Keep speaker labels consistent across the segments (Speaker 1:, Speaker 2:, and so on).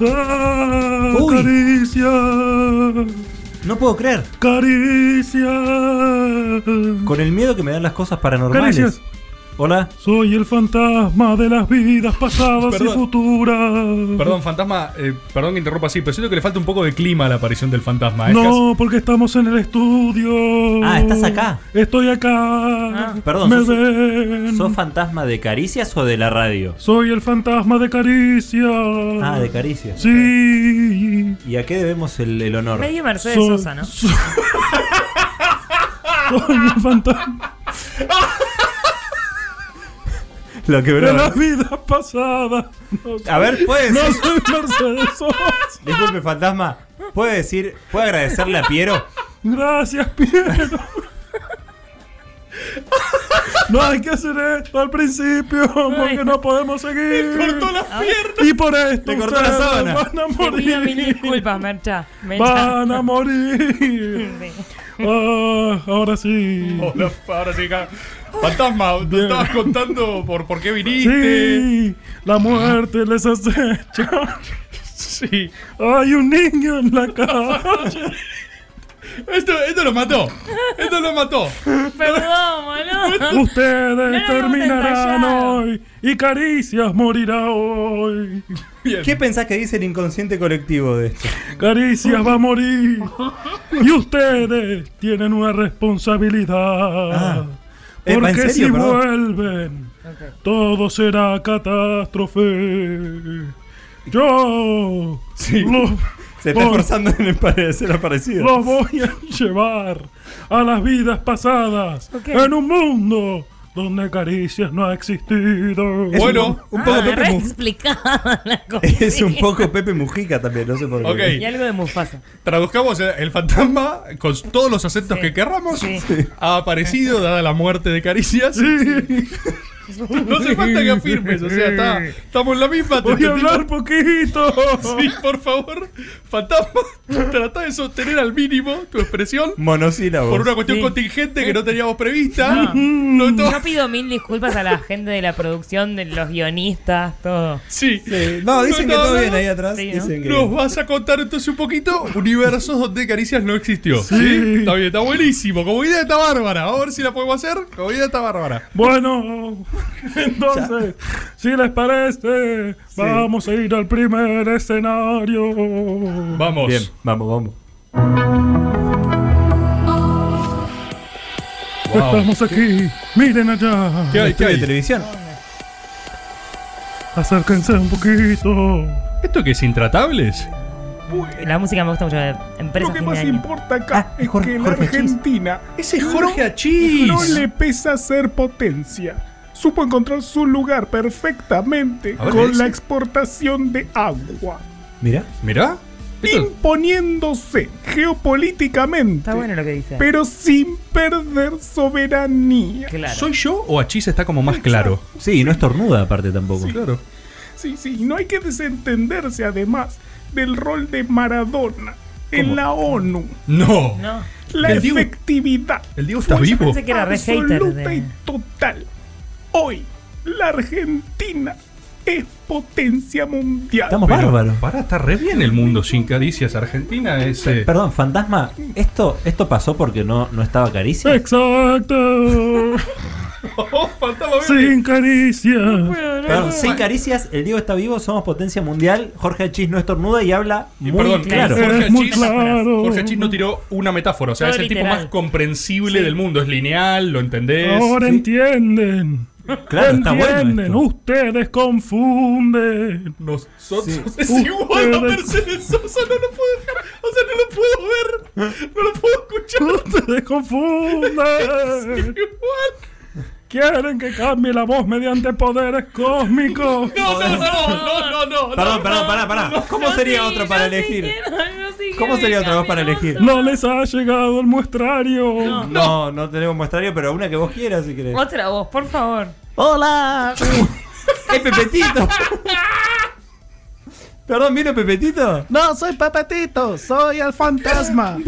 Speaker 1: ¡Ah!
Speaker 2: Uy.
Speaker 1: ¡Caricia!
Speaker 2: No puedo creer.
Speaker 1: ¡Caricia!
Speaker 2: Con el miedo que me dan las cosas paranormales.
Speaker 1: Caricias.
Speaker 2: Hola.
Speaker 1: Soy el fantasma de las vidas pasadas y
Speaker 3: Perdón.
Speaker 1: futuras.
Speaker 3: Perdón, fantasma, eh, perdón que interrumpa así, pero siento que le falta un poco de clima a la aparición del fantasma. ¿eh?
Speaker 1: No, porque estamos en el estudio.
Speaker 2: Ah, ¿estás acá? Ah,
Speaker 1: Estoy acá.
Speaker 2: perdón,
Speaker 1: Me
Speaker 2: sos-
Speaker 3: Mm.
Speaker 1: ven.
Speaker 2: ¿Sos fantasma de caricias o de la radio?
Speaker 1: Soy el fantasma de Caricia.
Speaker 3: Mm.
Speaker 2: Ah, de caricias.
Speaker 1: Sí.
Speaker 2: ¿Y a qué debemos el, el honor?
Speaker 4: Medio Mercedes
Speaker 1: Soy-
Speaker 4: Sosa, ¿no?
Speaker 1: so- Soy el fantasma
Speaker 2: Lo
Speaker 1: de
Speaker 2: quebró.
Speaker 1: las vidas pasadas. No, soy-
Speaker 2: A ver, puedes.
Speaker 1: no soy Mercedes Sosa.
Speaker 2: Disculpe, fantasma. ¿Puede decir, puede agradecerle a Piero?
Speaker 1: Gracias, Piero. No hay que hacer esto al principio porque no podemos seguir. Y por esto
Speaker 2: Le cortó la
Speaker 1: ustedes
Speaker 2: sábana.
Speaker 1: van a
Speaker 4: Te pido mil
Speaker 1: morir.
Speaker 4: disculpas, Mercha. Mercha.
Speaker 1: Van a morir. Ah, ahora sí.
Speaker 2: Oh,
Speaker 3: Hola, ahora sí, ca- fantasma, te estabas contando por, por qué viniste.
Speaker 1: Sí, la muerte les acecha.
Speaker 3: Sí.
Speaker 1: Hay un niño en la calle.
Speaker 3: Esto, esto lo mató. Esto lo mató.
Speaker 4: Perdón, boludo.
Speaker 1: Ustedes
Speaker 4: No lo vamos a
Speaker 1: terminarán
Speaker 4: ensayar.
Speaker 1: hoy y Caricias morirá hoy.
Speaker 3: Bien.
Speaker 2: ¿Qué pensás que dice el inconsciente colectivo de esto?
Speaker 1: Caricias va a morir y ustedes tienen una responsabilidad.
Speaker 2: Ah. Eh, ¿va en
Speaker 1: Porque si
Speaker 2: serio? Perdón.
Speaker 1: vuelven, todo será catástrofe. Yo
Speaker 2: Sí.
Speaker 1: los,
Speaker 2: Se está
Speaker 1: los-
Speaker 2: esforzando en parecer aparecido.
Speaker 1: los voy a llevar a las vidas pasadas
Speaker 4: Ok.
Speaker 1: en un mundo donde caricias no ha existido.
Speaker 3: Bueno,
Speaker 2: un poco
Speaker 4: Ah,
Speaker 2: Pepe
Speaker 4: re
Speaker 2: Mujica.
Speaker 4: explicada la cosa.
Speaker 2: Es un poco Pepe Mujica también, no sé por qué.
Speaker 3: Ok.
Speaker 4: Y algo de Mufasa.
Speaker 3: Traduzcamos eh, el fantasma con todos los acentos
Speaker 4: Sí.
Speaker 3: que querramos.
Speaker 4: Sí.
Speaker 3: Ha aparecido, dada la muerte de Caricias. No hace falta que afirmes, o sea, está- estamos en la misma. te
Speaker 1: Voy a
Speaker 3: entendimos.
Speaker 1: hablar poquito.
Speaker 3: Sí, por favor, fantasma, trata de sostener al mínimo tu expresión
Speaker 2: Monosílabos.
Speaker 3: por una cuestión
Speaker 4: Sí.
Speaker 3: contingente que no teníamos prevista.
Speaker 4: No.
Speaker 3: No to-
Speaker 4: Yo pido mil disculpas a la gente de la producción, de los guionistas, todo.
Speaker 3: Sí.
Speaker 2: Sí, No, dicen que
Speaker 3: No,
Speaker 2: todo
Speaker 3: no,
Speaker 2: bien
Speaker 3: no.
Speaker 2: ahí atrás.
Speaker 4: Sí, ¿no?
Speaker 2: Dicen que...
Speaker 3: Nos vas a contar entonces un poquito universos donde Caricias no existió. Sí. Está bien, está buenísimo. Como idea está bárbara. Vamos a ver si la podemos hacer. Como idea está bárbara.
Speaker 1: Bueno, entonces, si les parece, vamos a ir al primer escenario.
Speaker 3: Vamos.
Speaker 2: Bien, vamos, vamos.
Speaker 3: Wow.
Speaker 1: Estamos aquí, miren allá.
Speaker 3: ¿Qué hay? ¿Qué
Speaker 2: Estudio de
Speaker 3: hay?
Speaker 2: televisión.
Speaker 1: Acérquense un poquito.
Speaker 3: ¿Esto qué es intratables?
Speaker 4: La música me gusta mucho de empresas fin de año.
Speaker 5: Este importa acá
Speaker 2: Ah, Jorge- Jorge Achís.
Speaker 5: Argentina
Speaker 3: Ese Jorge Achís.
Speaker 5: no le pesa ser potencia. Supo encontrar su lugar perfectamente
Speaker 3: A ver, ¿qué
Speaker 5: con
Speaker 3: dice?
Speaker 5: la exportación de agua,
Speaker 2: Mira.
Speaker 3: Mirá. Esto-
Speaker 5: imponiéndose geopolíticamente,
Speaker 4: Está bueno lo que dice.
Speaker 5: pero sin perder soberanía.
Speaker 4: Claro.
Speaker 3: ¿Soy yo o Achís está como más claro?
Speaker 2: Sí, no estornuda aparte tampoco.
Speaker 3: Claro.
Speaker 5: Sí, sí, y no hay que desentenderse además del rol de Maradona en la ONU.
Speaker 3: No.
Speaker 4: No.
Speaker 5: La
Speaker 3: El Dibu-
Speaker 5: efectividad
Speaker 3: El Diego está
Speaker 4: Uy, yo
Speaker 3: vivo.
Speaker 4: pensé que era re hater
Speaker 5: absoluta y
Speaker 4: de...
Speaker 5: total. Hoy, la Argentina es potencia mundial.
Speaker 2: Estamos bárbaros.
Speaker 3: Pará, está re bien el mundo sin caricias. Argentina es. eh,
Speaker 2: Perdón, fantasma, ¿esto, esto pasó porque no, no estaba caricia?
Speaker 1: Exacto.
Speaker 3: Oh, fantasma, bien.
Speaker 1: Sin caricia.
Speaker 2: Perdón, sin caricias, el Diego está vivo, somos potencia mundial, Jorge Achís no estornuda y habla
Speaker 3: Y
Speaker 2: muy
Speaker 3: perdón,
Speaker 2: claro.
Speaker 3: Jorge
Speaker 1: Es muy
Speaker 3: Achís-
Speaker 1: claro.
Speaker 3: Jorge Achís no tiró una metáfora, o sea,
Speaker 4: Todo
Speaker 3: es el tipo
Speaker 4: literal.
Speaker 3: más comprensible del mundo, es lineal, lo entendés.
Speaker 1: Ahora
Speaker 3: Sí.
Speaker 1: entienden.
Speaker 2: Claro, está bueno
Speaker 1: entienden.
Speaker 2: esto.
Speaker 1: Ustedes confunden.
Speaker 3: Nosotros
Speaker 2: Sí.
Speaker 3: es igual a
Speaker 1: Ustedes-
Speaker 3: Mercedes Sosa, no lo puedo dejar, o sea, no lo puedo ver, no lo puedo escuchar.
Speaker 1: Ustedes confunden.
Speaker 3: Igual.
Speaker 1: Quieren que cambie la voz mediante poderes cósmicos.
Speaker 3: No, no, no, no, no, no.
Speaker 2: Perdón, perdón, pará, pará. ¿Cómo
Speaker 4: Yo
Speaker 2: sería
Speaker 4: sí,
Speaker 2: otro
Speaker 4: yo
Speaker 2: para
Speaker 4: sí
Speaker 2: elegir?
Speaker 4: quiero, yo sí
Speaker 2: ¿Cómo
Speaker 4: quiero
Speaker 2: sería
Speaker 4: que
Speaker 2: otra voz para
Speaker 4: cambie
Speaker 2: elegir?
Speaker 1: No les ha llegado el muestrario.
Speaker 2: No, no tenemos muestrario, pero una que vos quieras si querés.
Speaker 4: Otra voz, por favor.
Speaker 2: ¡Hola! ¡Es Pepetito! Perdón, ¿vino Pepetito?
Speaker 5: No soy Pepetito, soy el fantasma.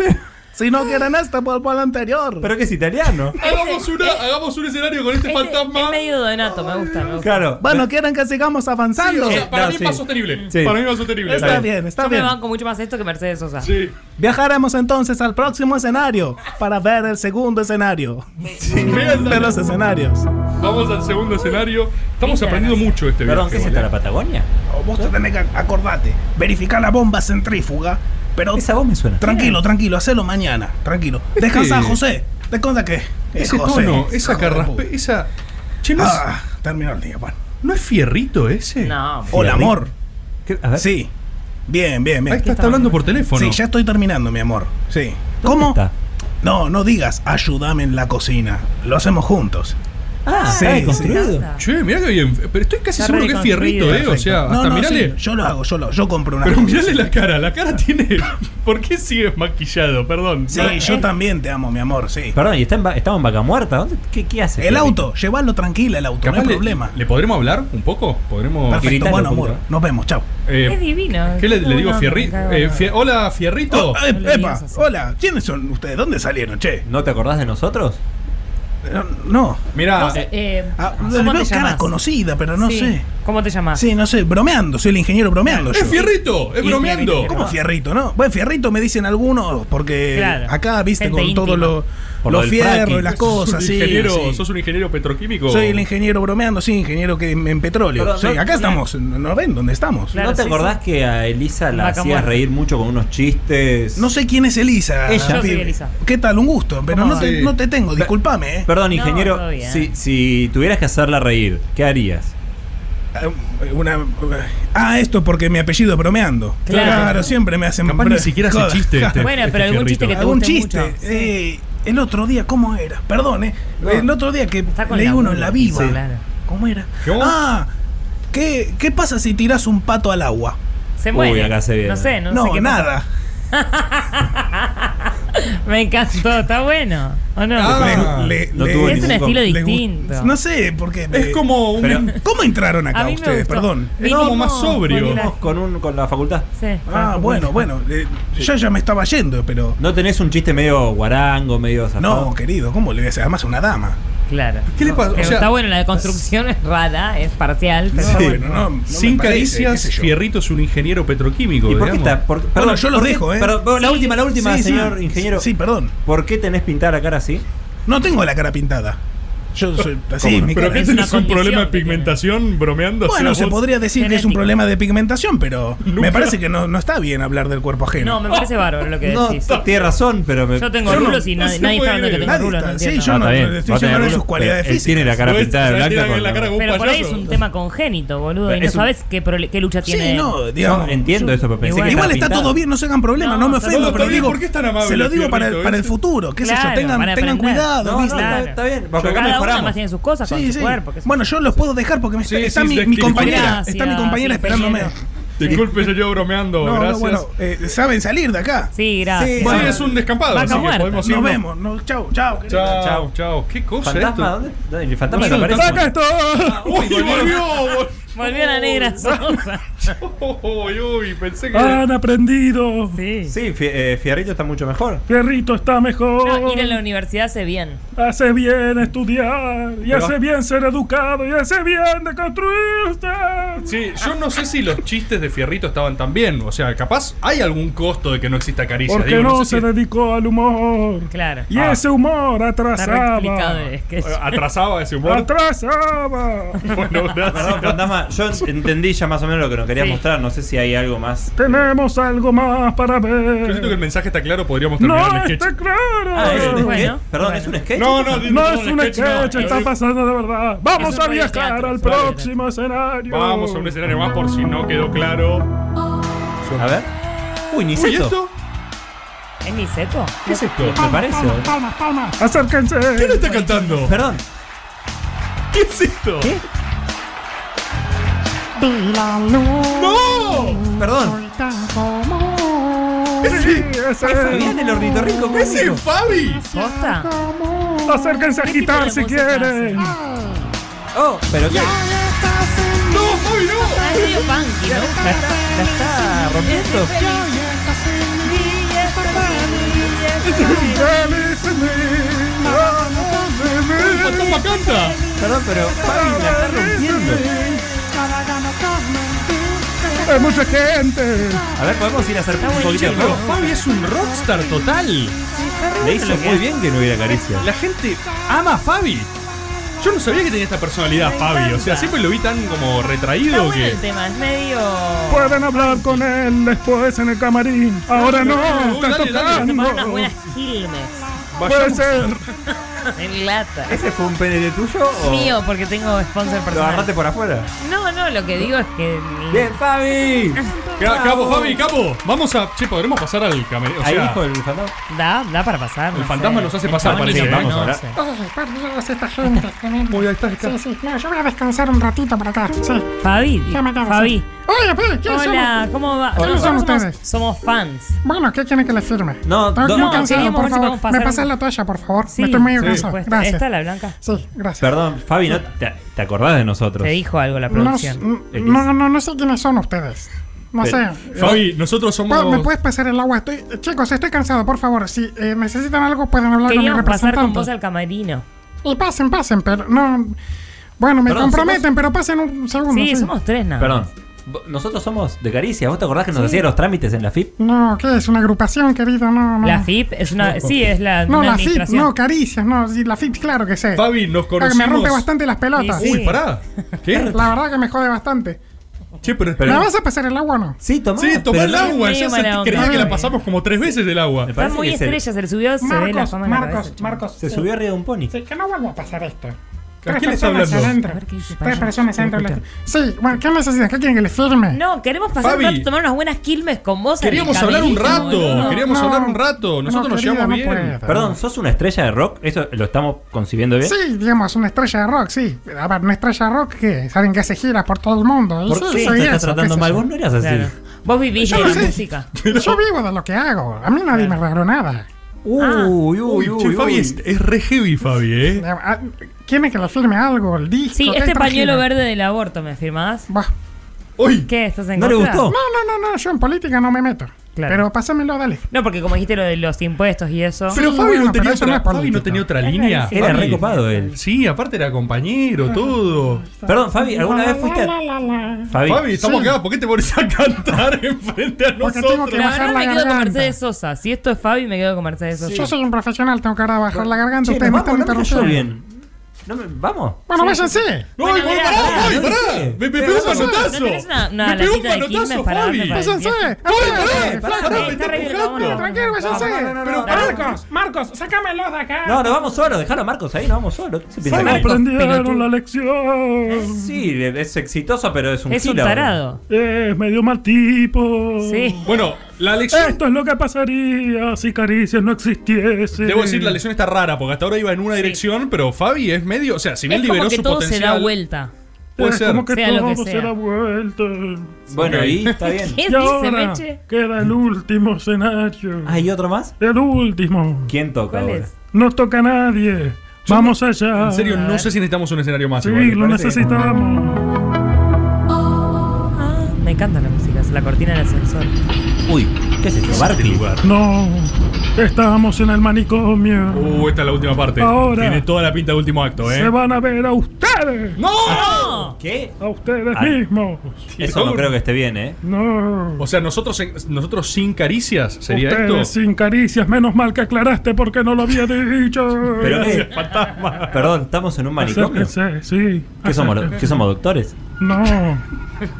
Speaker 5: Si no quieren este, vuelvo al anterior.
Speaker 2: Pero que es italiano.
Speaker 3: Hagamos, una- hagamos un escenario con este
Speaker 4: Es, es
Speaker 3: fantasma.
Speaker 4: medio donato, me gusta. Me gusta.
Speaker 2: Claro.
Speaker 5: bueno, quieren que sigamos avanzando.
Speaker 3: O sea, para
Speaker 2: no,
Speaker 3: mí es
Speaker 2: sí.
Speaker 3: más sostenible.
Speaker 2: Sí.
Speaker 3: Para mí es más sostenible.
Speaker 5: está bien, está
Speaker 4: Yo
Speaker 5: bien.
Speaker 4: me banco mucho más esto que Mercedes Sosa.
Speaker 3: Sí.
Speaker 5: Viajaremos entonces al próximo escenario para ver el segundo escenario
Speaker 3: Vean,
Speaker 5: de los escenarios.
Speaker 3: Vamos al segundo escenario. Estamos
Speaker 4: Mira,
Speaker 3: aprendiendo mucho este video.
Speaker 2: Perdón, ¿qué es esto? ¿La Patagonia?
Speaker 5: O Vos te tenés que acordate, verificar la bomba centrífuga, pero
Speaker 2: Esa voz me suena.
Speaker 5: tranquilo, tranquilo, hacelo mañana, tranquilo. Descansa,
Speaker 3: Este-
Speaker 5: José. Descansa que es
Speaker 3: Ese
Speaker 5: José.
Speaker 3: tono, esa
Speaker 5: hijo de
Speaker 3: carraspe,
Speaker 5: puta.
Speaker 3: esa... Che, ¿no, es,
Speaker 5: Ah, terminó el día, bueno.
Speaker 3: ¿no es fierrito ese?
Speaker 4: No,
Speaker 5: Hola,
Speaker 2: Fierri-
Speaker 5: amor.
Speaker 2: ¿Qué? A ver.
Speaker 5: Sí. Bien, bien,
Speaker 3: ¿Eh? Ahí
Speaker 5: bien.
Speaker 3: está, está hablando por teléfono.
Speaker 5: Sí, ya estoy terminando, mi amor. Sí. ¿Cómo?
Speaker 2: Está.
Speaker 5: No, no digas, ayúdame en la cocina. Lo hacemos juntos.
Speaker 2: Ah,
Speaker 5: Sí,
Speaker 2: está
Speaker 5: sí.
Speaker 2: construido.
Speaker 3: Che, mirá que bien. Pero estoy casi
Speaker 4: Está
Speaker 3: seguro que es
Speaker 4: reconstruido,
Speaker 3: fierrito, ¿eh? O sea,
Speaker 5: no,
Speaker 3: hasta
Speaker 5: no,
Speaker 3: mirale...
Speaker 5: sí, yo lo hago, yo lo, yo compro una
Speaker 3: Pero
Speaker 5: cosa.
Speaker 3: mirale la cara, la cara tiene... ¿Por qué sigue maquillado? Perdón.
Speaker 5: Sí, yo
Speaker 3: eh.
Speaker 5: también te amo, mi amor, sí.
Speaker 3: Ah,
Speaker 2: Perdón, ¿y está en, va- estaba en Vaca Muerta? ¿Dónde, qué, ¿Qué hace?
Speaker 5: El auto, llévalo tranquila el auto, no
Speaker 3: Capaz
Speaker 5: hay
Speaker 3: le-
Speaker 5: problema.
Speaker 3: Le, podremos hablar un poco? ¿Podremos...?
Speaker 5: Perfecto,
Speaker 2: gritalo,
Speaker 5: bueno,
Speaker 2: puta.
Speaker 5: amor, nos vemos, chao.
Speaker 3: Eh,
Speaker 4: es divino.
Speaker 3: ¿Qué le, le digo? Eh,
Speaker 4: No,
Speaker 3: Fierrito.
Speaker 4: no, no, no.
Speaker 3: hola, Fierrito.
Speaker 5: Oh, eh,
Speaker 4: no le
Speaker 5: epa,
Speaker 4: digas así.
Speaker 5: hola, ¿quiénes son ustedes? ¿Dónde salieron, che?
Speaker 2: ¿No te acordás de nosotros?
Speaker 5: No, no.
Speaker 3: Mirá,
Speaker 4: No sé, eh,
Speaker 5: Ah, le
Speaker 4: ¿Cómo
Speaker 5: veo
Speaker 4: te
Speaker 5: cara
Speaker 4: llamas?
Speaker 5: conocida, pero no
Speaker 4: Sí,
Speaker 5: sé.
Speaker 4: ¿Cómo te llamas?
Speaker 5: Sí, no sé, bromeando, soy el ingeniero bromeando
Speaker 3: es
Speaker 5: yo.
Speaker 3: Fierrito, es
Speaker 4: Y
Speaker 3: bromeando.
Speaker 4: Fierrito.
Speaker 5: ¿Cómo fierrito, no? Bueno, fierrito me dicen algunos, porque
Speaker 4: Ah. Claro,
Speaker 5: acá, viste,
Speaker 4: gente
Speaker 5: con todos
Speaker 4: íntima.
Speaker 5: los
Speaker 2: Por lo
Speaker 5: los
Speaker 2: del
Speaker 5: fierros y
Speaker 2: fracking.
Speaker 5: las cosas,
Speaker 3: ¿Sos
Speaker 5: sí.
Speaker 3: un ingeniero,
Speaker 5: sí.
Speaker 3: ¿Sos un ingeniero petroquímico?
Speaker 5: Soy el ingeniero bromeando, sí, ingeniero que en, en petróleo.
Speaker 2: Pero,
Speaker 5: sí,
Speaker 2: no-
Speaker 5: acá estamos, no ven dónde estamos.
Speaker 4: Claro,
Speaker 2: ¿No te
Speaker 4: sí,
Speaker 2: acordás
Speaker 4: sí.
Speaker 2: que a Elisa la
Speaker 4: Vaca
Speaker 2: hacías
Speaker 4: Muerta.
Speaker 2: reír mucho con unos chistes?
Speaker 5: No sé quién es Elisa.
Speaker 2: Ella. Yo
Speaker 4: soy
Speaker 5: pibe.
Speaker 4: Elisa.
Speaker 5: ¿Qué tal? Un gusto, pero
Speaker 4: ¿Cómo va?
Speaker 5: no te,
Speaker 3: Sí.
Speaker 5: no te tengo, discúlpame, eh.
Speaker 2: Perdón,
Speaker 4: No,
Speaker 2: ingeniero,
Speaker 4: todo bien.
Speaker 2: si, si tuvieras que hacerla reír, ¿qué harías?
Speaker 5: Eh, Una, ah, esto porque mi apellido es bromeando. Claro,
Speaker 4: Claro.
Speaker 5: siempre me hacen
Speaker 3: Capaz
Speaker 5: bre-
Speaker 3: ni siquiera hace
Speaker 5: joder,
Speaker 3: chiste. Este,
Speaker 4: Bueno,
Speaker 3: este
Speaker 4: pero algún chiste que
Speaker 3: Fierrito.
Speaker 4: te
Speaker 5: Algún
Speaker 4: guste
Speaker 5: chiste.
Speaker 4: mucho.
Speaker 5: Eh, el otro día, ¿cómo era? Perdón, eh. El otro día que
Speaker 4: Está con
Speaker 5: leí
Speaker 4: laburo,
Speaker 5: uno en la viva.
Speaker 4: sí, claro.
Speaker 5: ¿Cómo era?
Speaker 3: ¿Cómo?
Speaker 5: Ah, ¿qué, ¿qué pasa si tirás un pato al agua?
Speaker 4: Se
Speaker 2: Uy,
Speaker 4: muere.
Speaker 2: acá se viene.
Speaker 4: No sé, no,
Speaker 5: No,
Speaker 4: sé qué
Speaker 5: nada.
Speaker 4: pasa. Me encantó, está bueno. ¿O no?
Speaker 3: Ah,
Speaker 5: Le-
Speaker 2: no
Speaker 5: le-
Speaker 2: tuvo
Speaker 5: le-
Speaker 4: es un
Speaker 2: ningún-
Speaker 4: estilo
Speaker 5: le-
Speaker 4: distinto.
Speaker 5: No sé, porque. me-
Speaker 3: Es como un.
Speaker 2: Pero-
Speaker 5: ¿Cómo entraron
Speaker 4: A
Speaker 5: acá
Speaker 4: mí me
Speaker 5: ustedes?
Speaker 4: gustó.
Speaker 5: Perdón.
Speaker 3: Es como más
Speaker 4: Vinimos
Speaker 3: sobrio.
Speaker 4: con la-
Speaker 2: Vamos con, un, con la facultad.
Speaker 4: Sí,
Speaker 5: Ah, bueno, bueno. eh, yo ya me estaba yendo, pero.
Speaker 2: ¿No tenés un chiste medio guarango, medio zafado?
Speaker 5: No, querido, ¿cómo le voy a hacer? Además, una dama.
Speaker 4: Claro.
Speaker 3: ¿Qué le pasa? O
Speaker 4: Pero
Speaker 3: sea-
Speaker 4: está bueno, la construcción es rara, es parcial.
Speaker 5: No,
Speaker 4: Pero
Speaker 5: bueno, no, no me
Speaker 3: Sin
Speaker 5: parece, qué
Speaker 3: caricias,
Speaker 5: sé yo.
Speaker 3: Fierrito es un ingeniero petroquímico.
Speaker 2: ¿Y por qué
Speaker 3: digamos.
Speaker 2: está? Por- perdón,
Speaker 5: yo los
Speaker 2: ¿por qué-
Speaker 5: dejo, eh.
Speaker 2: perdón, perdón, la última, la última,
Speaker 5: Sí, sí.
Speaker 2: señor ingeniero.
Speaker 5: Sí, perdón.
Speaker 2: ¿Por qué tenés pintada la cara así?
Speaker 5: No tengo la cara pintada. Yo soy así,
Speaker 3: ¿Cómo no?
Speaker 5: mi
Speaker 3: ¿Pero
Speaker 5: cara
Speaker 3: qué
Speaker 5: es-
Speaker 4: una
Speaker 3: tenés un
Speaker 4: condición
Speaker 3: problema de
Speaker 4: que tiene.
Speaker 3: pigmentación bromeando?
Speaker 5: Bueno, se podría decir que es un
Speaker 4: Genético.
Speaker 5: problema de pigmentación, pero me
Speaker 3: Nunca.
Speaker 5: parece que no, no está bien hablar del cuerpo ajeno.
Speaker 4: No, me parece bárbaro lo que
Speaker 2: no,
Speaker 4: decís.
Speaker 2: t- tiene razón, pero me.
Speaker 4: Yo tengo
Speaker 5: Yo no-
Speaker 4: rulos y
Speaker 3: no
Speaker 4: nadie,
Speaker 3: se
Speaker 4: nadie está
Speaker 3: puede
Speaker 4: hablando que
Speaker 3: creer.
Speaker 4: tengo
Speaker 5: Nadie
Speaker 4: rulos,
Speaker 5: está-
Speaker 4: no
Speaker 5: sí,
Speaker 4: entiendo.
Speaker 5: yo
Speaker 2: Ah,
Speaker 5: no-
Speaker 2: está bien,
Speaker 5: estoy
Speaker 2: va a tener
Speaker 5: hablando de
Speaker 2: rulos,
Speaker 5: sus cualidades
Speaker 2: pero él Tiene la
Speaker 5: físicas.
Speaker 2: cara pintada de blanca. con-
Speaker 4: Pero por ahí es un tema congénito, boludo, y
Speaker 2: Es
Speaker 4: no
Speaker 2: un-
Speaker 4: sabes qué, prole- qué lucha tiene.
Speaker 5: Sí,
Speaker 4: él.
Speaker 5: no,
Speaker 2: No,
Speaker 5: digamos.
Speaker 2: entiendo eso, pero pensé
Speaker 4: Igual-
Speaker 2: que
Speaker 5: Igual
Speaker 2: estaba
Speaker 5: está
Speaker 2: pintada.
Speaker 5: todo bien, no se hagan problema, no,
Speaker 4: No,
Speaker 5: me
Speaker 4: está
Speaker 5: ofendo,
Speaker 3: todo
Speaker 5: pero
Speaker 3: bien,
Speaker 5: digo,
Speaker 3: ¿por qué es tan amable
Speaker 5: se lo
Speaker 3: el
Speaker 5: digo para el,
Speaker 3: Fiorito
Speaker 5: para el
Speaker 3: ese?
Speaker 5: futuro, qué sé yo,
Speaker 4: Claro,
Speaker 5: tengan,
Speaker 4: para
Speaker 5: tengan
Speaker 4: aprender.
Speaker 5: cuidado,
Speaker 2: No,
Speaker 5: ¿viste?
Speaker 2: no, está- está bien, porque acá
Speaker 4: Cada uno
Speaker 2: mejoramos.
Speaker 4: además tiene sus cosas con
Speaker 5: Sí,
Speaker 4: su
Speaker 5: sí.
Speaker 4: cuerpo. que es-
Speaker 5: Bueno, yo los puedo dejar porque me
Speaker 3: Sí,
Speaker 5: está
Speaker 3: sí,
Speaker 5: mi,
Speaker 3: sí,
Speaker 5: mi
Speaker 3: sí.
Speaker 5: compañera,
Speaker 4: Gracias,
Speaker 5: está mi compañera
Speaker 4: sí,
Speaker 5: esperándome.
Speaker 4: ingeniero.
Speaker 3: Disculpe, señor bromeando.
Speaker 5: No,
Speaker 3: gracias.
Speaker 5: no, bueno, eh, saben salir de acá.
Speaker 4: Sí, gracias.
Speaker 2: Sí,
Speaker 3: Sí,
Speaker 5: bueno.
Speaker 3: es un descampado.
Speaker 4: Vaca
Speaker 3: Así que
Speaker 4: muerta.
Speaker 3: podemos
Speaker 5: Nos
Speaker 3: irnos.
Speaker 5: vemos, no, chao, chao. querido.
Speaker 3: Chao, chao. ¿Qué cosa
Speaker 2: ¿Fantasma?
Speaker 3: esto?
Speaker 2: ¿Dónde? ¿Dónde? El fantasma
Speaker 3: Bueno, ¡Acá
Speaker 2: desaparece.
Speaker 3: está! ¡Uy, volvió! vol-
Speaker 4: Volvió la negra Sosa.
Speaker 3: ¡Uy, uy! Pensé que...
Speaker 1: Han aprendido.
Speaker 4: Sí.
Speaker 2: Sí, Fie- eh, Fierrito está mucho mejor.
Speaker 1: Fierrito está
Speaker 4: No,
Speaker 1: mejor.
Speaker 4: ir a la universidad hace bien.
Speaker 1: Hace bien estudiar. Y
Speaker 2: Pero-
Speaker 1: hace bien ser educado. Y hace bien de construirse.
Speaker 3: Sí, yo no sé si los chistes de Fierrito estaban tan bien. O sea, capaz hay algún costo de que no exista caricia.
Speaker 1: Porque
Speaker 3: Digo,
Speaker 1: no, se
Speaker 3: sé si-
Speaker 1: dedicó al humor.
Speaker 4: Claro.
Speaker 1: Y
Speaker 3: Ah.
Speaker 1: ese humor
Speaker 4: Está re explicado
Speaker 1: atrasaba.
Speaker 4: el sketch.
Speaker 3: eh, Atrasaba ese humor.
Speaker 1: Atrasaba.
Speaker 3: bueno,
Speaker 2: Perdón,
Speaker 3: gracias.
Speaker 2: fantasma, yo en- entendí ya más o menos lo que nos querías
Speaker 4: Sí.
Speaker 2: mostrar. No sé si hay algo más.
Speaker 1: Tenemos algo más para
Speaker 3: Yo siento que el
Speaker 1: ver.
Speaker 3: mensaje está claro, podríamos terminar
Speaker 1: No
Speaker 3: el sketch.
Speaker 1: está claro.
Speaker 2: Ah, ¿es un sketch?
Speaker 4: Bueno,
Speaker 2: Perdón,
Speaker 4: bueno.
Speaker 2: ¿es un sketch?
Speaker 3: No, no,
Speaker 1: No es un sketch,
Speaker 3: no,
Speaker 1: está
Speaker 4: es-
Speaker 1: pasando de verdad. Vamos
Speaker 4: Es un
Speaker 1: a
Speaker 4: radio
Speaker 1: viajar
Speaker 4: teatro,
Speaker 1: al
Speaker 4: es un radio
Speaker 1: próximo escenario.
Speaker 3: Vamos a un escenario más por si no quedó claro.
Speaker 2: A ver. Uy, ni
Speaker 3: Uy, ¿Y
Speaker 2: esto.
Speaker 3: esto?
Speaker 4: ¿Es Niceto?
Speaker 3: ¿Qué es esto?
Speaker 2: Me parece.
Speaker 1: Palmas, palmas. Acérquense.
Speaker 3: ¿Quién está cantando?
Speaker 2: Perdón.
Speaker 3: ¿Qué es esto?
Speaker 2: ¿Qué?
Speaker 3: ¡No!
Speaker 2: Perdón.
Speaker 1: Sí, ese.
Speaker 2: Fabián el ornitorrinco.
Speaker 3: ¡Ese
Speaker 2: cómico.
Speaker 3: es Fabi!
Speaker 4: ¿Posta?
Speaker 1: Acérquense a
Speaker 4: ¿Qué tipo de
Speaker 1: agitar si
Speaker 4: música
Speaker 1: quieren.
Speaker 2: Oh, pero qué.
Speaker 3: ¡No, Fabi,
Speaker 4: Ah,
Speaker 3: no!
Speaker 4: es medio punky, ¿no?
Speaker 2: La, la está rompiendo.
Speaker 3: ¡Es
Speaker 4: Ah.
Speaker 3: ¡Uy, Fantasma canta!
Speaker 2: Perdón, pero Fabi la está rompiendo.
Speaker 1: Hay mucha gente.
Speaker 2: A ver, podemos ir a hacer un poquito de
Speaker 3: Pero
Speaker 2: juego?
Speaker 3: Fabi es un rockstar total.
Speaker 2: Le hizo muy bien que no hubiera caricia.
Speaker 3: La gente ama a Fabi. Yo no sabía que tenía esta personalidad,
Speaker 4: Me
Speaker 3: Fabi. O sea,
Speaker 4: encanta.
Speaker 3: siempre lo vi tan como
Speaker 4: Está
Speaker 3: retraído
Speaker 4: bueno
Speaker 3: que.
Speaker 4: el tema, es medio.
Speaker 1: Pueden hablar con él después en el camarín. Ahora no,
Speaker 3: Uy,
Speaker 1: está
Speaker 3: dale, dale.
Speaker 4: Se
Speaker 1: tocando.
Speaker 4: ponen unas buenas Quilmes
Speaker 1: Puede ser.
Speaker 4: en lata.
Speaker 2: ¿Ese fue un PNL tuyo o
Speaker 4: Mío, porque tengo
Speaker 2: lo
Speaker 4: sponsor
Speaker 2: agarraste
Speaker 4: personal.
Speaker 2: por afuera?
Speaker 4: No, no, lo que digo es que.
Speaker 2: ¡Bien, Fabi!
Speaker 3: Ca- Capo, Fabi, capo. Vamos a. Che, podremos pasar al camerino. O
Speaker 2: Ahí
Speaker 3: sea,
Speaker 2: dijo el fantasma.
Speaker 4: Da, da para pasar.
Speaker 3: El fantasma nos hace pasar, parece, ¿eh?
Speaker 2: Vamos ahora.
Speaker 6: Todos esparcidos esta gente, tremendo.
Speaker 3: Uy, ahí está, ahí está.
Speaker 6: Sí, sí, no, yo voy a descansar un ratito por acá. Sí.
Speaker 4: Fabi.
Speaker 6: Ya me acabo,
Speaker 4: Fabi.
Speaker 6: sí. Oye, pues, ¿quién
Speaker 4: Hola, ¿cómo va?
Speaker 6: ¿Quiénes
Speaker 4: Nosotros
Speaker 6: son
Speaker 4: somos-
Speaker 6: ustedes?
Speaker 4: Somos fans.
Speaker 6: Bueno, ¿qué quieren que le firme?
Speaker 2: No,
Speaker 6: Estoy
Speaker 2: no,
Speaker 6: muy
Speaker 2: no,
Speaker 6: cansado,
Speaker 4: queríamos
Speaker 6: por
Speaker 4: ver si
Speaker 6: favor.
Speaker 4: podemos pasar
Speaker 6: ¿Me pasas
Speaker 4: un-
Speaker 6: la toalla, por favor?
Speaker 4: Sí,
Speaker 6: Me estoy muy
Speaker 4: por
Speaker 6: cansado.
Speaker 4: supuesto.
Speaker 6: Gracias.
Speaker 4: Esta la blanca.
Speaker 6: Sí, gracias.
Speaker 2: Perdón, Fabi, ¿no te, te acordás de nosotros?
Speaker 4: Te dijo algo la
Speaker 6: No,
Speaker 4: producción.
Speaker 2: X.
Speaker 6: Mm, no, no, no sé quiénes son ustedes. No
Speaker 2: Pero-
Speaker 6: sé.
Speaker 3: Fabi, nosotros somos.
Speaker 2: Oh.
Speaker 6: ¿Me puedes pasar el agua? Estoy, chicos, estoy cansado, por favor. Si eh, necesitan algo, pueden hablar con mi
Speaker 4: Queríamos pasar con
Speaker 6: representante.
Speaker 4: vos al camarino.
Speaker 6: Y pasen, pasen, pero no. Bueno, me
Speaker 2: Perdón,
Speaker 6: comprometen, pero pasen un segundo.
Speaker 4: Sí, somos tres nada.
Speaker 2: Perdón. Vo- Nosotros somos de Caricia. ¿Vos te acordás que nos hacía los trámites en la FIP?
Speaker 6: No, ¿qué es? ¿Una agrupación, querido? No, no.
Speaker 4: La FIP es una. Sí, es la.
Speaker 6: No,
Speaker 4: una
Speaker 6: la FIP,
Speaker 4: administración.
Speaker 6: no, caricias, no. sí, La FIP, claro que sé.
Speaker 3: Fabi, nos
Speaker 6: Claro que
Speaker 3: conocimos.
Speaker 6: me rompe bastante las pelotas.
Speaker 4: Sí,
Speaker 3: Uy, pará. ¿Qué?
Speaker 6: La verdad que me jode bastante.
Speaker 3: Che, pero.
Speaker 2: Pero-
Speaker 6: ¿Me vas a pasar el agua o no?
Speaker 2: Sí, tomá.
Speaker 3: Sí, tomá el
Speaker 2: pero-
Speaker 3: agua.
Speaker 4: Sí,
Speaker 3: Ya
Speaker 4: mala
Speaker 3: sentí-
Speaker 4: onda.
Speaker 3: creía que la
Speaker 4: Fabi.
Speaker 3: pasamos como tres veces el agua.
Speaker 2: Me
Speaker 4: Está
Speaker 2: parece
Speaker 4: muy
Speaker 2: que se-
Speaker 4: estrella, se le subió, se ve la
Speaker 6: Marcos,
Speaker 4: fama en la
Speaker 6: Marcos,
Speaker 4: cabeza.
Speaker 6: Marcos.
Speaker 2: Se
Speaker 6: sí.
Speaker 2: subió arriba de un pony.
Speaker 6: Sí, que no vuelva a pasar esto.
Speaker 3: ¿A
Speaker 6: Tres
Speaker 3: quién le está
Speaker 6: personas
Speaker 3: hablando?
Speaker 6: adentro.
Speaker 4: A ver, ¿qué dice,
Speaker 6: Tres
Speaker 4: payaso?
Speaker 6: personas
Speaker 4: Se me
Speaker 6: adentro.
Speaker 4: escucha.
Speaker 6: Sí, bueno, ¿qué necesitan? ¿Qué quieren que les firme?
Speaker 4: No, queremos pasar
Speaker 3: Fabi.
Speaker 4: un rato, tomar unas buenas quilmes con vos. en el
Speaker 3: Queríamos hablar un
Speaker 4: camerino,
Speaker 3: rato.
Speaker 4: boludo.
Speaker 3: Queríamos
Speaker 6: no.
Speaker 3: hablar un rato. Nosotros
Speaker 6: No,
Speaker 3: nos
Speaker 6: querida,
Speaker 3: llevamos
Speaker 6: no
Speaker 3: bien.
Speaker 6: puedo.
Speaker 1: Ah.
Speaker 2: Perdón, ¿sos una estrella de rock? ¿Esto lo estamos concibiendo bien?
Speaker 6: Sí, digamos, una estrella de rock, sí. A ver, una estrella de rock que saben que hace giras por todo el mundo. Y
Speaker 2: ¿Por
Speaker 6: sí,
Speaker 2: qué
Speaker 6: soy
Speaker 2: te estás
Speaker 6: eso,
Speaker 2: tratando
Speaker 6: qué sé
Speaker 2: mal?
Speaker 6: yo.
Speaker 2: Vos no eras así.
Speaker 4: Claro. Vos vivís
Speaker 6: Yo
Speaker 4: de
Speaker 6: no
Speaker 4: la
Speaker 6: sé.
Speaker 4: música.
Speaker 6: Yo vivo de lo que hago. A mí nadie me regaló nada.
Speaker 2: Uy,
Speaker 3: Uy,
Speaker 2: uy,
Speaker 3: che,
Speaker 2: uy.
Speaker 3: Fabi
Speaker 2: uy.
Speaker 3: es, es re heavy, Fabi, ¿eh?
Speaker 6: Ah, ¿Quieren que le firme algo? ¿El disco?
Speaker 4: Sí,
Speaker 6: ¿Qué
Speaker 4: este
Speaker 6: trajera?
Speaker 4: pañuelo verde del aborto, ¿me firmás?
Speaker 6: Bah.
Speaker 3: ¡Uy!
Speaker 4: ¿Qué? ¿Estás en
Speaker 2: ¿No le
Speaker 4: contra?
Speaker 2: gustó?
Speaker 6: No, no, no, no, yo en política no me meto.
Speaker 4: Claro.
Speaker 6: Pero pásamelo, dale.
Speaker 4: No, porque como dijiste lo de los impuestos y eso.
Speaker 3: Pero
Speaker 6: Sí,
Speaker 3: Fabi,
Speaker 6: bueno,
Speaker 3: no tenía
Speaker 6: pero eso no
Speaker 3: otra,
Speaker 6: es
Speaker 3: Fabi no
Speaker 6: político.
Speaker 3: tenía otra
Speaker 4: Es
Speaker 3: línea.
Speaker 4: rarísimo.
Speaker 2: Era
Speaker 3: Fabi.
Speaker 2: recopado él.
Speaker 3: Sí, aparte era compañero, todo.
Speaker 2: Perdón, Fabi, ¿alguna vez fuiste a... Fabi,
Speaker 3: Fabi, estamos acá. ¿Por qué te pones a cantar enfrente a
Speaker 6: Porque tengo
Speaker 3: nosotros?
Speaker 6: que
Speaker 4: La
Speaker 6: bajar
Speaker 4: verdad
Speaker 6: la
Speaker 4: me quedo con
Speaker 6: garganta.
Speaker 4: Mercedes Sosa. Si esto es Fabi, me quedo con Mercedes
Speaker 6: Yo
Speaker 4: Sosa.
Speaker 6: soy un profesional, tengo que ahora bajar la garganta.
Speaker 2: Che,
Speaker 6: Ustedes
Speaker 2: nos
Speaker 6: me
Speaker 2: vamos,
Speaker 6: están
Speaker 2: no me cayó
Speaker 6: interrumpiendo.
Speaker 2: bien. No me- Vamos.
Speaker 6: Bueno, váyanse.
Speaker 3: ¡No,
Speaker 4: Bueno,
Speaker 3: igual,
Speaker 4: mirá,
Speaker 3: pará,
Speaker 4: pará,
Speaker 3: Fabi,
Speaker 2: no
Speaker 3: pará!
Speaker 2: sé.
Speaker 3: Me, me
Speaker 2: Pero
Speaker 3: pegó un
Speaker 2: eso-
Speaker 4: ¿No
Speaker 3: manotazo.
Speaker 4: tenés una, una
Speaker 3: me pegó un
Speaker 4: latita de Quilmes
Speaker 3: manotazo,
Speaker 4: para
Speaker 3: Fabi.
Speaker 4: darme para el
Speaker 6: Váyanse.
Speaker 4: viaje?
Speaker 3: Fabi, pará, pará,
Speaker 4: Flaco,
Speaker 3: pará, me
Speaker 4: está
Speaker 3: está
Speaker 4: re bien, vámonos,
Speaker 3: empujando.
Speaker 4: vámonos.
Speaker 6: Tranquilo, váyanse.
Speaker 2: No, no, no, no,
Speaker 6: Pero
Speaker 2: no,
Speaker 6: Marcos, Marcos, sácamelos de acá.
Speaker 2: No, nos vamos solos, dejalo a Marcos ahí, nos vamos solos. ¿Qué se piensa
Speaker 1: Solo
Speaker 2: que-
Speaker 4: Marcos,
Speaker 1: aprendieron
Speaker 4: pelotudo.
Speaker 1: la lección.
Speaker 2: Sí, es exitoso, pero es un
Speaker 4: Es un
Speaker 2: gila,
Speaker 4: tarado.
Speaker 1: Es medio mal tipo.
Speaker 4: Sí.
Speaker 3: Bueno, la lección.
Speaker 1: Esto es lo que pasaría si Caricias no existiese.
Speaker 3: Debo decir, la lección está rara, porque hasta ahora iba en una dirección, pero Fabi es medio. O sea, si bien
Speaker 4: Es
Speaker 3: liberó
Speaker 4: como que
Speaker 3: su
Speaker 4: todo se da
Speaker 3: potencial.
Speaker 4: vuelta.
Speaker 3: puede
Speaker 1: es
Speaker 3: ser.
Speaker 1: como que
Speaker 4: Sea lo
Speaker 1: todo
Speaker 4: que
Speaker 1: se
Speaker 4: sea.
Speaker 1: da vuelta.
Speaker 2: boludo. Bueno,
Speaker 3: Ok.
Speaker 2: y está bien.
Speaker 4: ¿Qué
Speaker 1: Y
Speaker 4: dice
Speaker 1: ahora
Speaker 4: Meche?
Speaker 1: queda el último escenario.
Speaker 2: Ah, ¿y otro más?
Speaker 1: El último.
Speaker 2: ¿Quién toca
Speaker 4: ¿Cuál
Speaker 2: ahora?
Speaker 4: es?
Speaker 1: No toca a nadie.
Speaker 3: Yo-
Speaker 1: Vamos allá.
Speaker 3: En serio,
Speaker 4: A
Speaker 3: no
Speaker 4: ver.
Speaker 3: sé si necesitamos un escenario más.
Speaker 1: Sí,
Speaker 3: igual, ¿te
Speaker 1: lo
Speaker 3: parece?
Speaker 1: necesitamos.
Speaker 4: Ah, me encanta la música, es la cortina del ascensor.
Speaker 2: Uy, ¿qué es esto? Barclay.
Speaker 1: No. Estamos en el manicomio.
Speaker 3: Uh, esta es la última parte.
Speaker 1: Ahora.
Speaker 3: Tiene toda la pinta de último acto, ¿eh?
Speaker 1: Se van a ver a ustedes.
Speaker 3: ¡No!
Speaker 4: ¡No!
Speaker 2: ¿Qué?
Speaker 1: A ustedes
Speaker 2: Ay.
Speaker 1: mismos.
Speaker 2: Eso no creo que esté bien, ¿eh?
Speaker 1: No.
Speaker 3: O sea, nosotros, en- nosotros sin caricias, ¿sería
Speaker 1: Ustedes
Speaker 3: esto?
Speaker 1: sin caricias, menos mal que aclaraste porque no lo había dicho.
Speaker 2: ¿Pero qué? Perdón, ¿estamos en un manicomio?
Speaker 1: Acérquense, sí.
Speaker 2: ¿Qué somos, lo-
Speaker 1: Acérquense.
Speaker 2: ¿Qué somos doctores?
Speaker 1: No.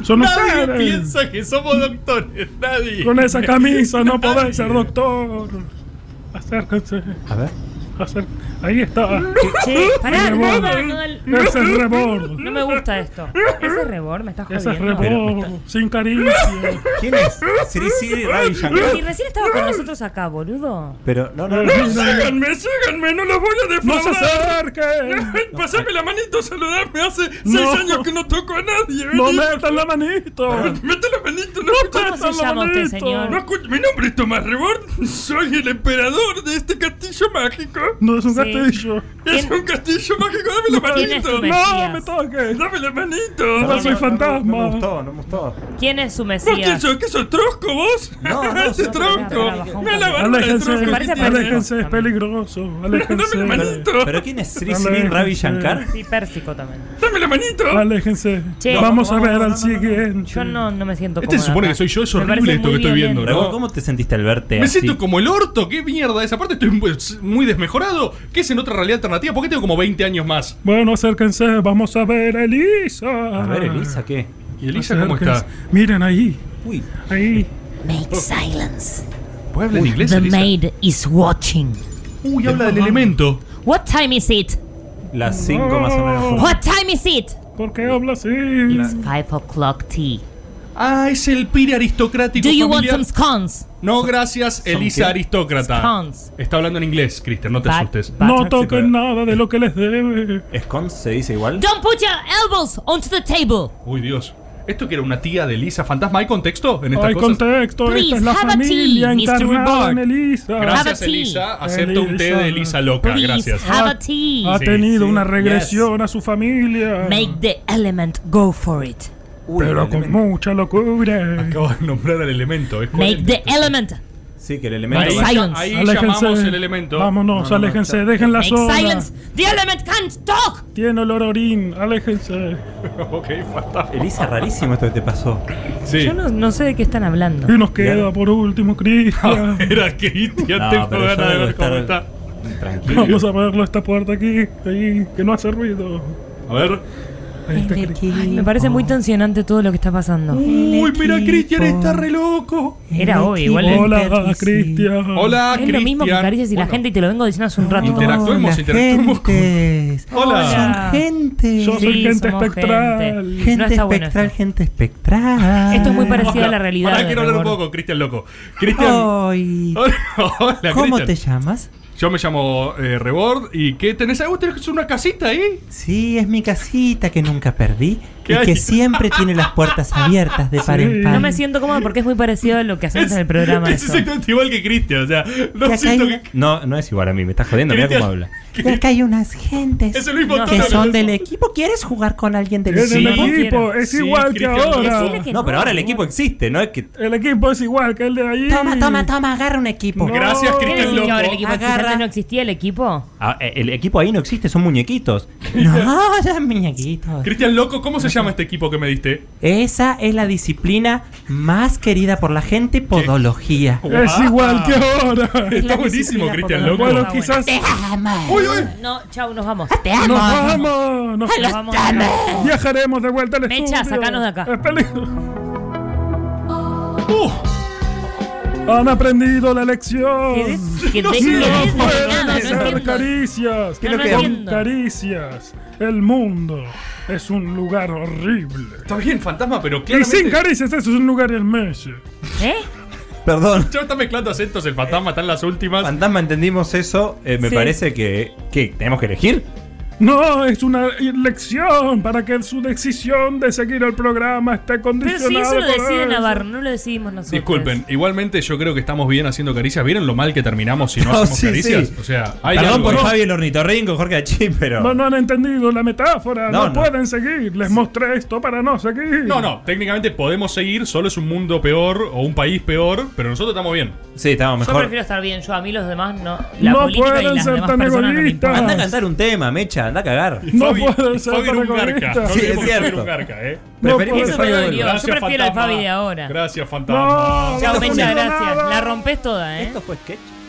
Speaker 1: Son
Speaker 3: Nadie
Speaker 1: ustedes.
Speaker 3: piensa que somos doctores, nadie.
Speaker 1: Con esa camisa no podés ser doctor. Acérquense.
Speaker 2: A ver.
Speaker 1: Acer- Ahí está.
Speaker 4: Che, pará,
Speaker 1: El
Speaker 4: no,
Speaker 1: rebord.
Speaker 4: pará, no, el-
Speaker 1: Ese es rebord.
Speaker 4: no me gusta esto. Ese rebord me está
Speaker 1: Ese es
Speaker 4: jodiendo.
Speaker 1: rebord. Sin caricia.
Speaker 2: ¿Quién es? Sri Sri Ravi Shankar.
Speaker 4: Si recién estaba con nosotros acá, boludo.
Speaker 2: Pero, no, no, no.
Speaker 1: síganme, síganme, no los voy a defraudar. No se acerquen.
Speaker 7: Pasame la manito, saludame. Hace
Speaker 1: No.
Speaker 7: seis años que no toco a nadie.
Speaker 1: No
Speaker 7: vení.
Speaker 1: metan la
Speaker 4: Ah.
Speaker 1: manito.
Speaker 7: Mete la manito, no escucha-
Speaker 4: ¿Cómo se
Speaker 1: Está
Speaker 4: llama usted,
Speaker 1: bonito.
Speaker 7: no
Speaker 4: señor?
Speaker 7: escucha- Mi nombre es Tomás Rebord. Soy el emperador de este castillo mágico.
Speaker 1: No es un
Speaker 4: Sí,
Speaker 1: castillo.
Speaker 7: Es un castillo mágico, dame la
Speaker 4: ¿Quién es tu
Speaker 7: manito.
Speaker 1: ¡No me
Speaker 4: Mesías?
Speaker 1: toques!
Speaker 7: Dame la manito.
Speaker 1: Ahora soy
Speaker 2: No me
Speaker 1: fantasma.
Speaker 2: gustó, no me gustó.
Speaker 4: ¿Quién es su
Speaker 7: ¿Vos quién
Speaker 4: Mesías?
Speaker 7: sos? ¿Qué sos trosco vos?
Speaker 2: No, no,
Speaker 7: este
Speaker 2: no,
Speaker 4: no, no,
Speaker 7: tronco.
Speaker 4: no,
Speaker 7: Me la
Speaker 4: no,
Speaker 7: barba de
Speaker 1: Aléjense,
Speaker 7: tronco.
Speaker 4: parece
Speaker 7: que tiene.
Speaker 1: aléjense, es peligroso.
Speaker 7: Dame la
Speaker 1: Aléjense,
Speaker 7: manito.
Speaker 2: Pero ¿quién es Sri Sri
Speaker 1: Dale,
Speaker 2: Ravi
Speaker 1: sí.
Speaker 2: Shankar?
Speaker 4: Y Pérsico también.
Speaker 7: Dame la manito.
Speaker 1: aléjense.
Speaker 4: Che.
Speaker 1: Vamos a
Speaker 2: No, no,
Speaker 1: ver
Speaker 2: no, no,
Speaker 1: al
Speaker 2: no.
Speaker 1: siguiente.
Speaker 4: Yo no, no me siento
Speaker 3: Este se
Speaker 4: cómoda
Speaker 3: supone
Speaker 4: acá.
Speaker 3: que soy yo, es
Speaker 4: Me
Speaker 3: horrible
Speaker 4: parece
Speaker 3: esto que
Speaker 4: muy
Speaker 3: estoy viendo,
Speaker 4: violento.
Speaker 2: Dragón,
Speaker 3: ¿no?
Speaker 2: ¿cómo te sentiste al verte
Speaker 3: Me
Speaker 2: así?
Speaker 3: siento como el orto, qué mierda esa parte, estoy mu- muy desmejorado. ¿Qué es en otra realidad alternativa? ¿Por qué tengo como 20 años más?
Speaker 1: Bueno, acérquense, vamos a ver a Elisa.
Speaker 2: A ver, Elisa, ¿qué?
Speaker 3: ¿Y Elisa cómo está?
Speaker 1: Acérquense. Miren ahí,
Speaker 2: Uy,
Speaker 1: ahí.
Speaker 8: Make silence.
Speaker 3: ¿Puede hablar en inglés,
Speaker 8: The
Speaker 3: Elisa?
Speaker 8: maid is watching.
Speaker 3: Uy, habla del elemento.
Speaker 8: What time is it?
Speaker 2: las 5 más o menos.
Speaker 8: What time is it?
Speaker 1: ¿Por qué habla así?
Speaker 8: It's five o'clock tea.
Speaker 3: Ah, es el pire aristocrático
Speaker 8: Do you want
Speaker 3: familiar.
Speaker 8: some scones?
Speaker 3: No, gracias, Elisa
Speaker 2: qué?
Speaker 3: aristócrata.
Speaker 8: Scones.
Speaker 3: Está hablando en inglés, Cristian, no te
Speaker 8: But-
Speaker 3: asustes.
Speaker 8: but-
Speaker 1: No toquen nada de lo que les debe.
Speaker 2: ¿Scones se dice igual?
Speaker 8: Don't put your elbows onto the table.
Speaker 3: Uy, Dios. ¿Esto que era una tía de Elisa fantasma? ¿Hay contexto en estas
Speaker 1: Hay
Speaker 3: cosas?
Speaker 1: contexto, esta
Speaker 8: Please,
Speaker 1: es la
Speaker 8: have a
Speaker 1: familia
Speaker 8: tea, Mr.
Speaker 1: encarnada en
Speaker 8: Reborn.
Speaker 1: Elisa.
Speaker 8: Have a
Speaker 3: Gracias,
Speaker 8: tea.
Speaker 3: Elisa. Acepto un té
Speaker 1: Elisa.
Speaker 3: de Elisa loca,
Speaker 8: Please
Speaker 3: gracias. Ah,
Speaker 8: have a tea.
Speaker 1: Ha
Speaker 3: Sí,
Speaker 1: tenido
Speaker 3: sí.
Speaker 1: una regresión a su familia.
Speaker 8: Make the element go for it.
Speaker 2: Uy, el
Speaker 1: Pero con
Speaker 2: elemento.
Speaker 1: mucha locura.
Speaker 3: Acabo de nombrar al elemento. es
Speaker 8: Make
Speaker 3: coherente.
Speaker 8: the element.
Speaker 2: Sí, que el
Speaker 3: Ahí,
Speaker 2: elemento.
Speaker 8: Vale. Silence.
Speaker 3: ahí llamamos el elemento.
Speaker 1: Vámonos,
Speaker 2: No, no, no,
Speaker 1: aléjense,
Speaker 2: chao.
Speaker 1: dejen la
Speaker 8: Make
Speaker 1: zona.
Speaker 8: silence. The element can't talk.
Speaker 1: Tiene olor a orín, aléjense.
Speaker 3: ok, fantasma.
Speaker 2: Elisa, rarísimo esto que te pasó.
Speaker 3: Sí.
Speaker 4: Yo no, no sé de qué están hablando.
Speaker 1: Y nos queda por último, Cristian.
Speaker 3: Era Cristian,
Speaker 2: No,
Speaker 3: tengo
Speaker 2: pero yo
Speaker 3: ganas de
Speaker 2: debo
Speaker 3: ver cómo
Speaker 2: estar-
Speaker 3: está.
Speaker 2: Tranquilo.
Speaker 1: Vamos a verlo esta puerta aquí, ahí, que no hace ruido.
Speaker 3: A ver.
Speaker 1: Ahí
Speaker 8: este
Speaker 1: está Cristian.
Speaker 4: Me parece
Speaker 3: Ah.
Speaker 4: muy tensionante todo lo que está pasando.
Speaker 3: Uy, mira, Cristian está re loco.
Speaker 4: Era hoy, igual. es-
Speaker 1: Hola, Cristian.
Speaker 3: Hola,
Speaker 4: es
Speaker 3: Cristian.
Speaker 4: lo mismo que caricias y la
Speaker 3: Bueno,
Speaker 4: gente, y te lo vengo diciendo hace un rato.
Speaker 3: Interactuemos, interactuemos con. Hola.
Speaker 4: Hola.
Speaker 9: Gente.
Speaker 1: Yo soy
Speaker 4: Sí,
Speaker 1: gente
Speaker 4: somos
Speaker 1: espectral.
Speaker 4: gente.
Speaker 9: Gente
Speaker 4: No está bueno
Speaker 9: espectral,
Speaker 4: esto.
Speaker 9: gente espectral.
Speaker 4: Esto es muy parecido a la
Speaker 3: Pará,
Speaker 4: realidad.
Speaker 3: pará, quiero
Speaker 4: de
Speaker 3: hablar un
Speaker 4: Rebord.
Speaker 3: poco, Cristian loco. Cristian.
Speaker 9: Ay,
Speaker 3: Hola, hola,
Speaker 9: Oh. ¿Cómo te
Speaker 3: Cristian.
Speaker 9: llamas?
Speaker 3: Yo me llamo eh, Rebord. ¿Y qué tenés? Ah, vos tenés una casita ahí.
Speaker 9: Sí, es mi casita que nunca perdí
Speaker 3: ¿Qué
Speaker 9: y
Speaker 3: hay?
Speaker 9: que siempre tiene las puertas abiertas de par en par.
Speaker 4: No me siento cómoda porque es muy parecido a lo que hacemos en el programa.
Speaker 3: Es
Speaker 4: esto.
Speaker 3: exactamente igual que Cristian. O sea, no
Speaker 9: acá
Speaker 3: siento
Speaker 9: hay-
Speaker 3: que.
Speaker 2: No, no es igual a mí, me estás jodiendo, mira cómo habla.
Speaker 9: Y acá hay unas gentes
Speaker 3: Es el mismo
Speaker 4: No,
Speaker 3: tono
Speaker 9: que
Speaker 3: que
Speaker 9: son del
Speaker 3: nosotros.
Speaker 9: equipo. ¿Quieres jugar con alguien del
Speaker 1: En el
Speaker 4: no
Speaker 9: equipo?
Speaker 1: equipo
Speaker 4: quiero.
Speaker 1: es
Speaker 3: Sí,
Speaker 1: igual que
Speaker 3: Cristian,
Speaker 1: ahora.
Speaker 4: decile que
Speaker 2: No, pero ahora el
Speaker 4: no.
Speaker 2: equipo existe, ¿no? Es que
Speaker 1: El equipo es igual que el de allí.
Speaker 9: Toma, toma, toma, agarra un equipo.
Speaker 1: No.
Speaker 3: Gracias,
Speaker 4: ¿Qué
Speaker 3: Cristian
Speaker 4: decís que ahora el
Speaker 3: loco.
Speaker 4: equipo
Speaker 9: Agarra.
Speaker 4: existente no existía el equipo?
Speaker 2: ah, eh, el equipo ahí no existe, son muñequitos.
Speaker 9: No, ya muñequitos.
Speaker 3: Cristian loco, ¿cómo se llama este equipo que me diste?
Speaker 9: Esa es la disciplina más querida por la gente, podología.
Speaker 1: Es
Speaker 3: Guau.
Speaker 1: igual que ahora.
Speaker 9: Es la
Speaker 3: Está buenísimo,
Speaker 9: disciplina
Speaker 3: Cristian
Speaker 9: por-
Speaker 3: loco.
Speaker 1: Bueno,
Speaker 4: bueno.
Speaker 1: quizás
Speaker 3: Uy, uy.
Speaker 4: No, chau, nos vamos.
Speaker 9: Te amo.
Speaker 1: nos vamos. Nos
Speaker 4: Nos vamos. de acá.
Speaker 1: Viajaremos de vuelta al estudio.
Speaker 4: Mecha, sacanos de acá.
Speaker 1: Es peligro.
Speaker 3: Uh,
Speaker 1: Uh. Han aprendido la lección.
Speaker 4: Que des- que
Speaker 3: No
Speaker 4: de-
Speaker 3: sé,
Speaker 4: que
Speaker 1: No
Speaker 4: des-
Speaker 3: no
Speaker 1: pueden
Speaker 4: nada, no
Speaker 1: hacer
Speaker 4: entiendo.
Speaker 1: caricias.
Speaker 4: No, no
Speaker 1: Con
Speaker 4: entiendo.
Speaker 1: caricias. El mundo es un lugar horrible.
Speaker 3: está bien, fantasma, pero
Speaker 1: Y sin
Speaker 3: claramente.
Speaker 1: caricias, eso es un lugar hermoso.
Speaker 4: ¿Eh?
Speaker 2: Perdón.
Speaker 3: Ya está mezclando acentos el fantasma, están las últimas.
Speaker 2: Fantasma, entendimos eso. eh, me
Speaker 4: Sí.
Speaker 2: parece que. ¿Qué? ¿Tenemos que elegir?
Speaker 1: No, es una lección para que su decisión de seguir el programa esté
Speaker 4: Pero
Speaker 1: condicionada.
Speaker 4: si eso lo
Speaker 1: por
Speaker 4: decide
Speaker 1: eso.
Speaker 4: Navarro, no lo decidimos nosotros.
Speaker 3: Disculpen, igualmente yo creo que estamos bien haciendo caricias. ¿Vieron lo mal que terminamos si no,
Speaker 2: No,
Speaker 3: hacemos
Speaker 2: sí,
Speaker 3: caricias?
Speaker 2: sí.
Speaker 3: O sea, hay
Speaker 2: Perdón
Speaker 3: algo,
Speaker 2: por
Speaker 3: ¿no?
Speaker 2: Fabi el ornitorrinco, Jorge Achín, pero.
Speaker 1: No, no han entendido la metáfora. No,
Speaker 2: No, no.
Speaker 1: pueden seguir. Les mostré esto para no seguir.
Speaker 3: No, no, técnicamente podemos seguir, solo es un mundo peor o un país peor, pero nosotros estamos bien.
Speaker 2: Sí, estamos
Speaker 4: Yo
Speaker 2: mejor.
Speaker 4: prefiero estar bien, yo a mí los demás no. La
Speaker 1: No
Speaker 4: política y
Speaker 1: pueden
Speaker 4: las
Speaker 1: ser
Speaker 4: demás
Speaker 1: tan
Speaker 4: personas no me
Speaker 1: egoístas.
Speaker 4: importan.
Speaker 2: Anda a cantar un tema, mecha, anda a cagar.
Speaker 1: No
Speaker 3: Fabi-
Speaker 1: puede ser
Speaker 3: Fabi era un garca.
Speaker 1: protagonista.
Speaker 3: No
Speaker 2: Sí, es
Speaker 3: olvidemos que Fabi era
Speaker 2: cierto.
Speaker 3: un garca, eh.
Speaker 2: Preferimos que
Speaker 4: Eso me
Speaker 2: Fabi
Speaker 4: dolió.
Speaker 2: vuelva.
Speaker 4: Yo prefiero el
Speaker 3: fantasma.
Speaker 4: Fabi de ahora.
Speaker 3: Gracias, fantasma.
Speaker 1: No,
Speaker 4: Chao,
Speaker 1: no
Speaker 4: Mecha,
Speaker 1: funciona
Speaker 4: gracias.
Speaker 1: nada.
Speaker 4: La rompes toda, ¿eh?
Speaker 2: Esto fue sketch.